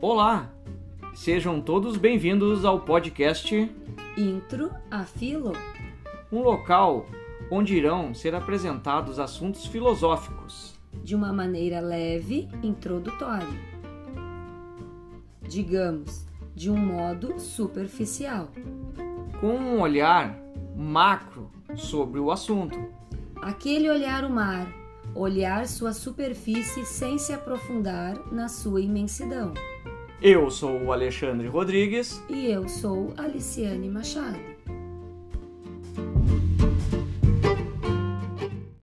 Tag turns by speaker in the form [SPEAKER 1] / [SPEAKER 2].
[SPEAKER 1] Olá! Sejam todos bem-vindos ao podcast
[SPEAKER 2] Intro a Filo.
[SPEAKER 1] Um Local, onde irão ser apresentados assuntos filosóficos.
[SPEAKER 2] de uma maneira leve, introdutória. Digamos, de um modo superficial.
[SPEAKER 1] com um olhar macro sobre o assunto.
[SPEAKER 2] Aquele olhar o mar, olhar sua superfície sem se aprofundar na sua imensidão.
[SPEAKER 1] Eu sou o Alexandre Rodrigues
[SPEAKER 2] E eu sou Aliciane Machado.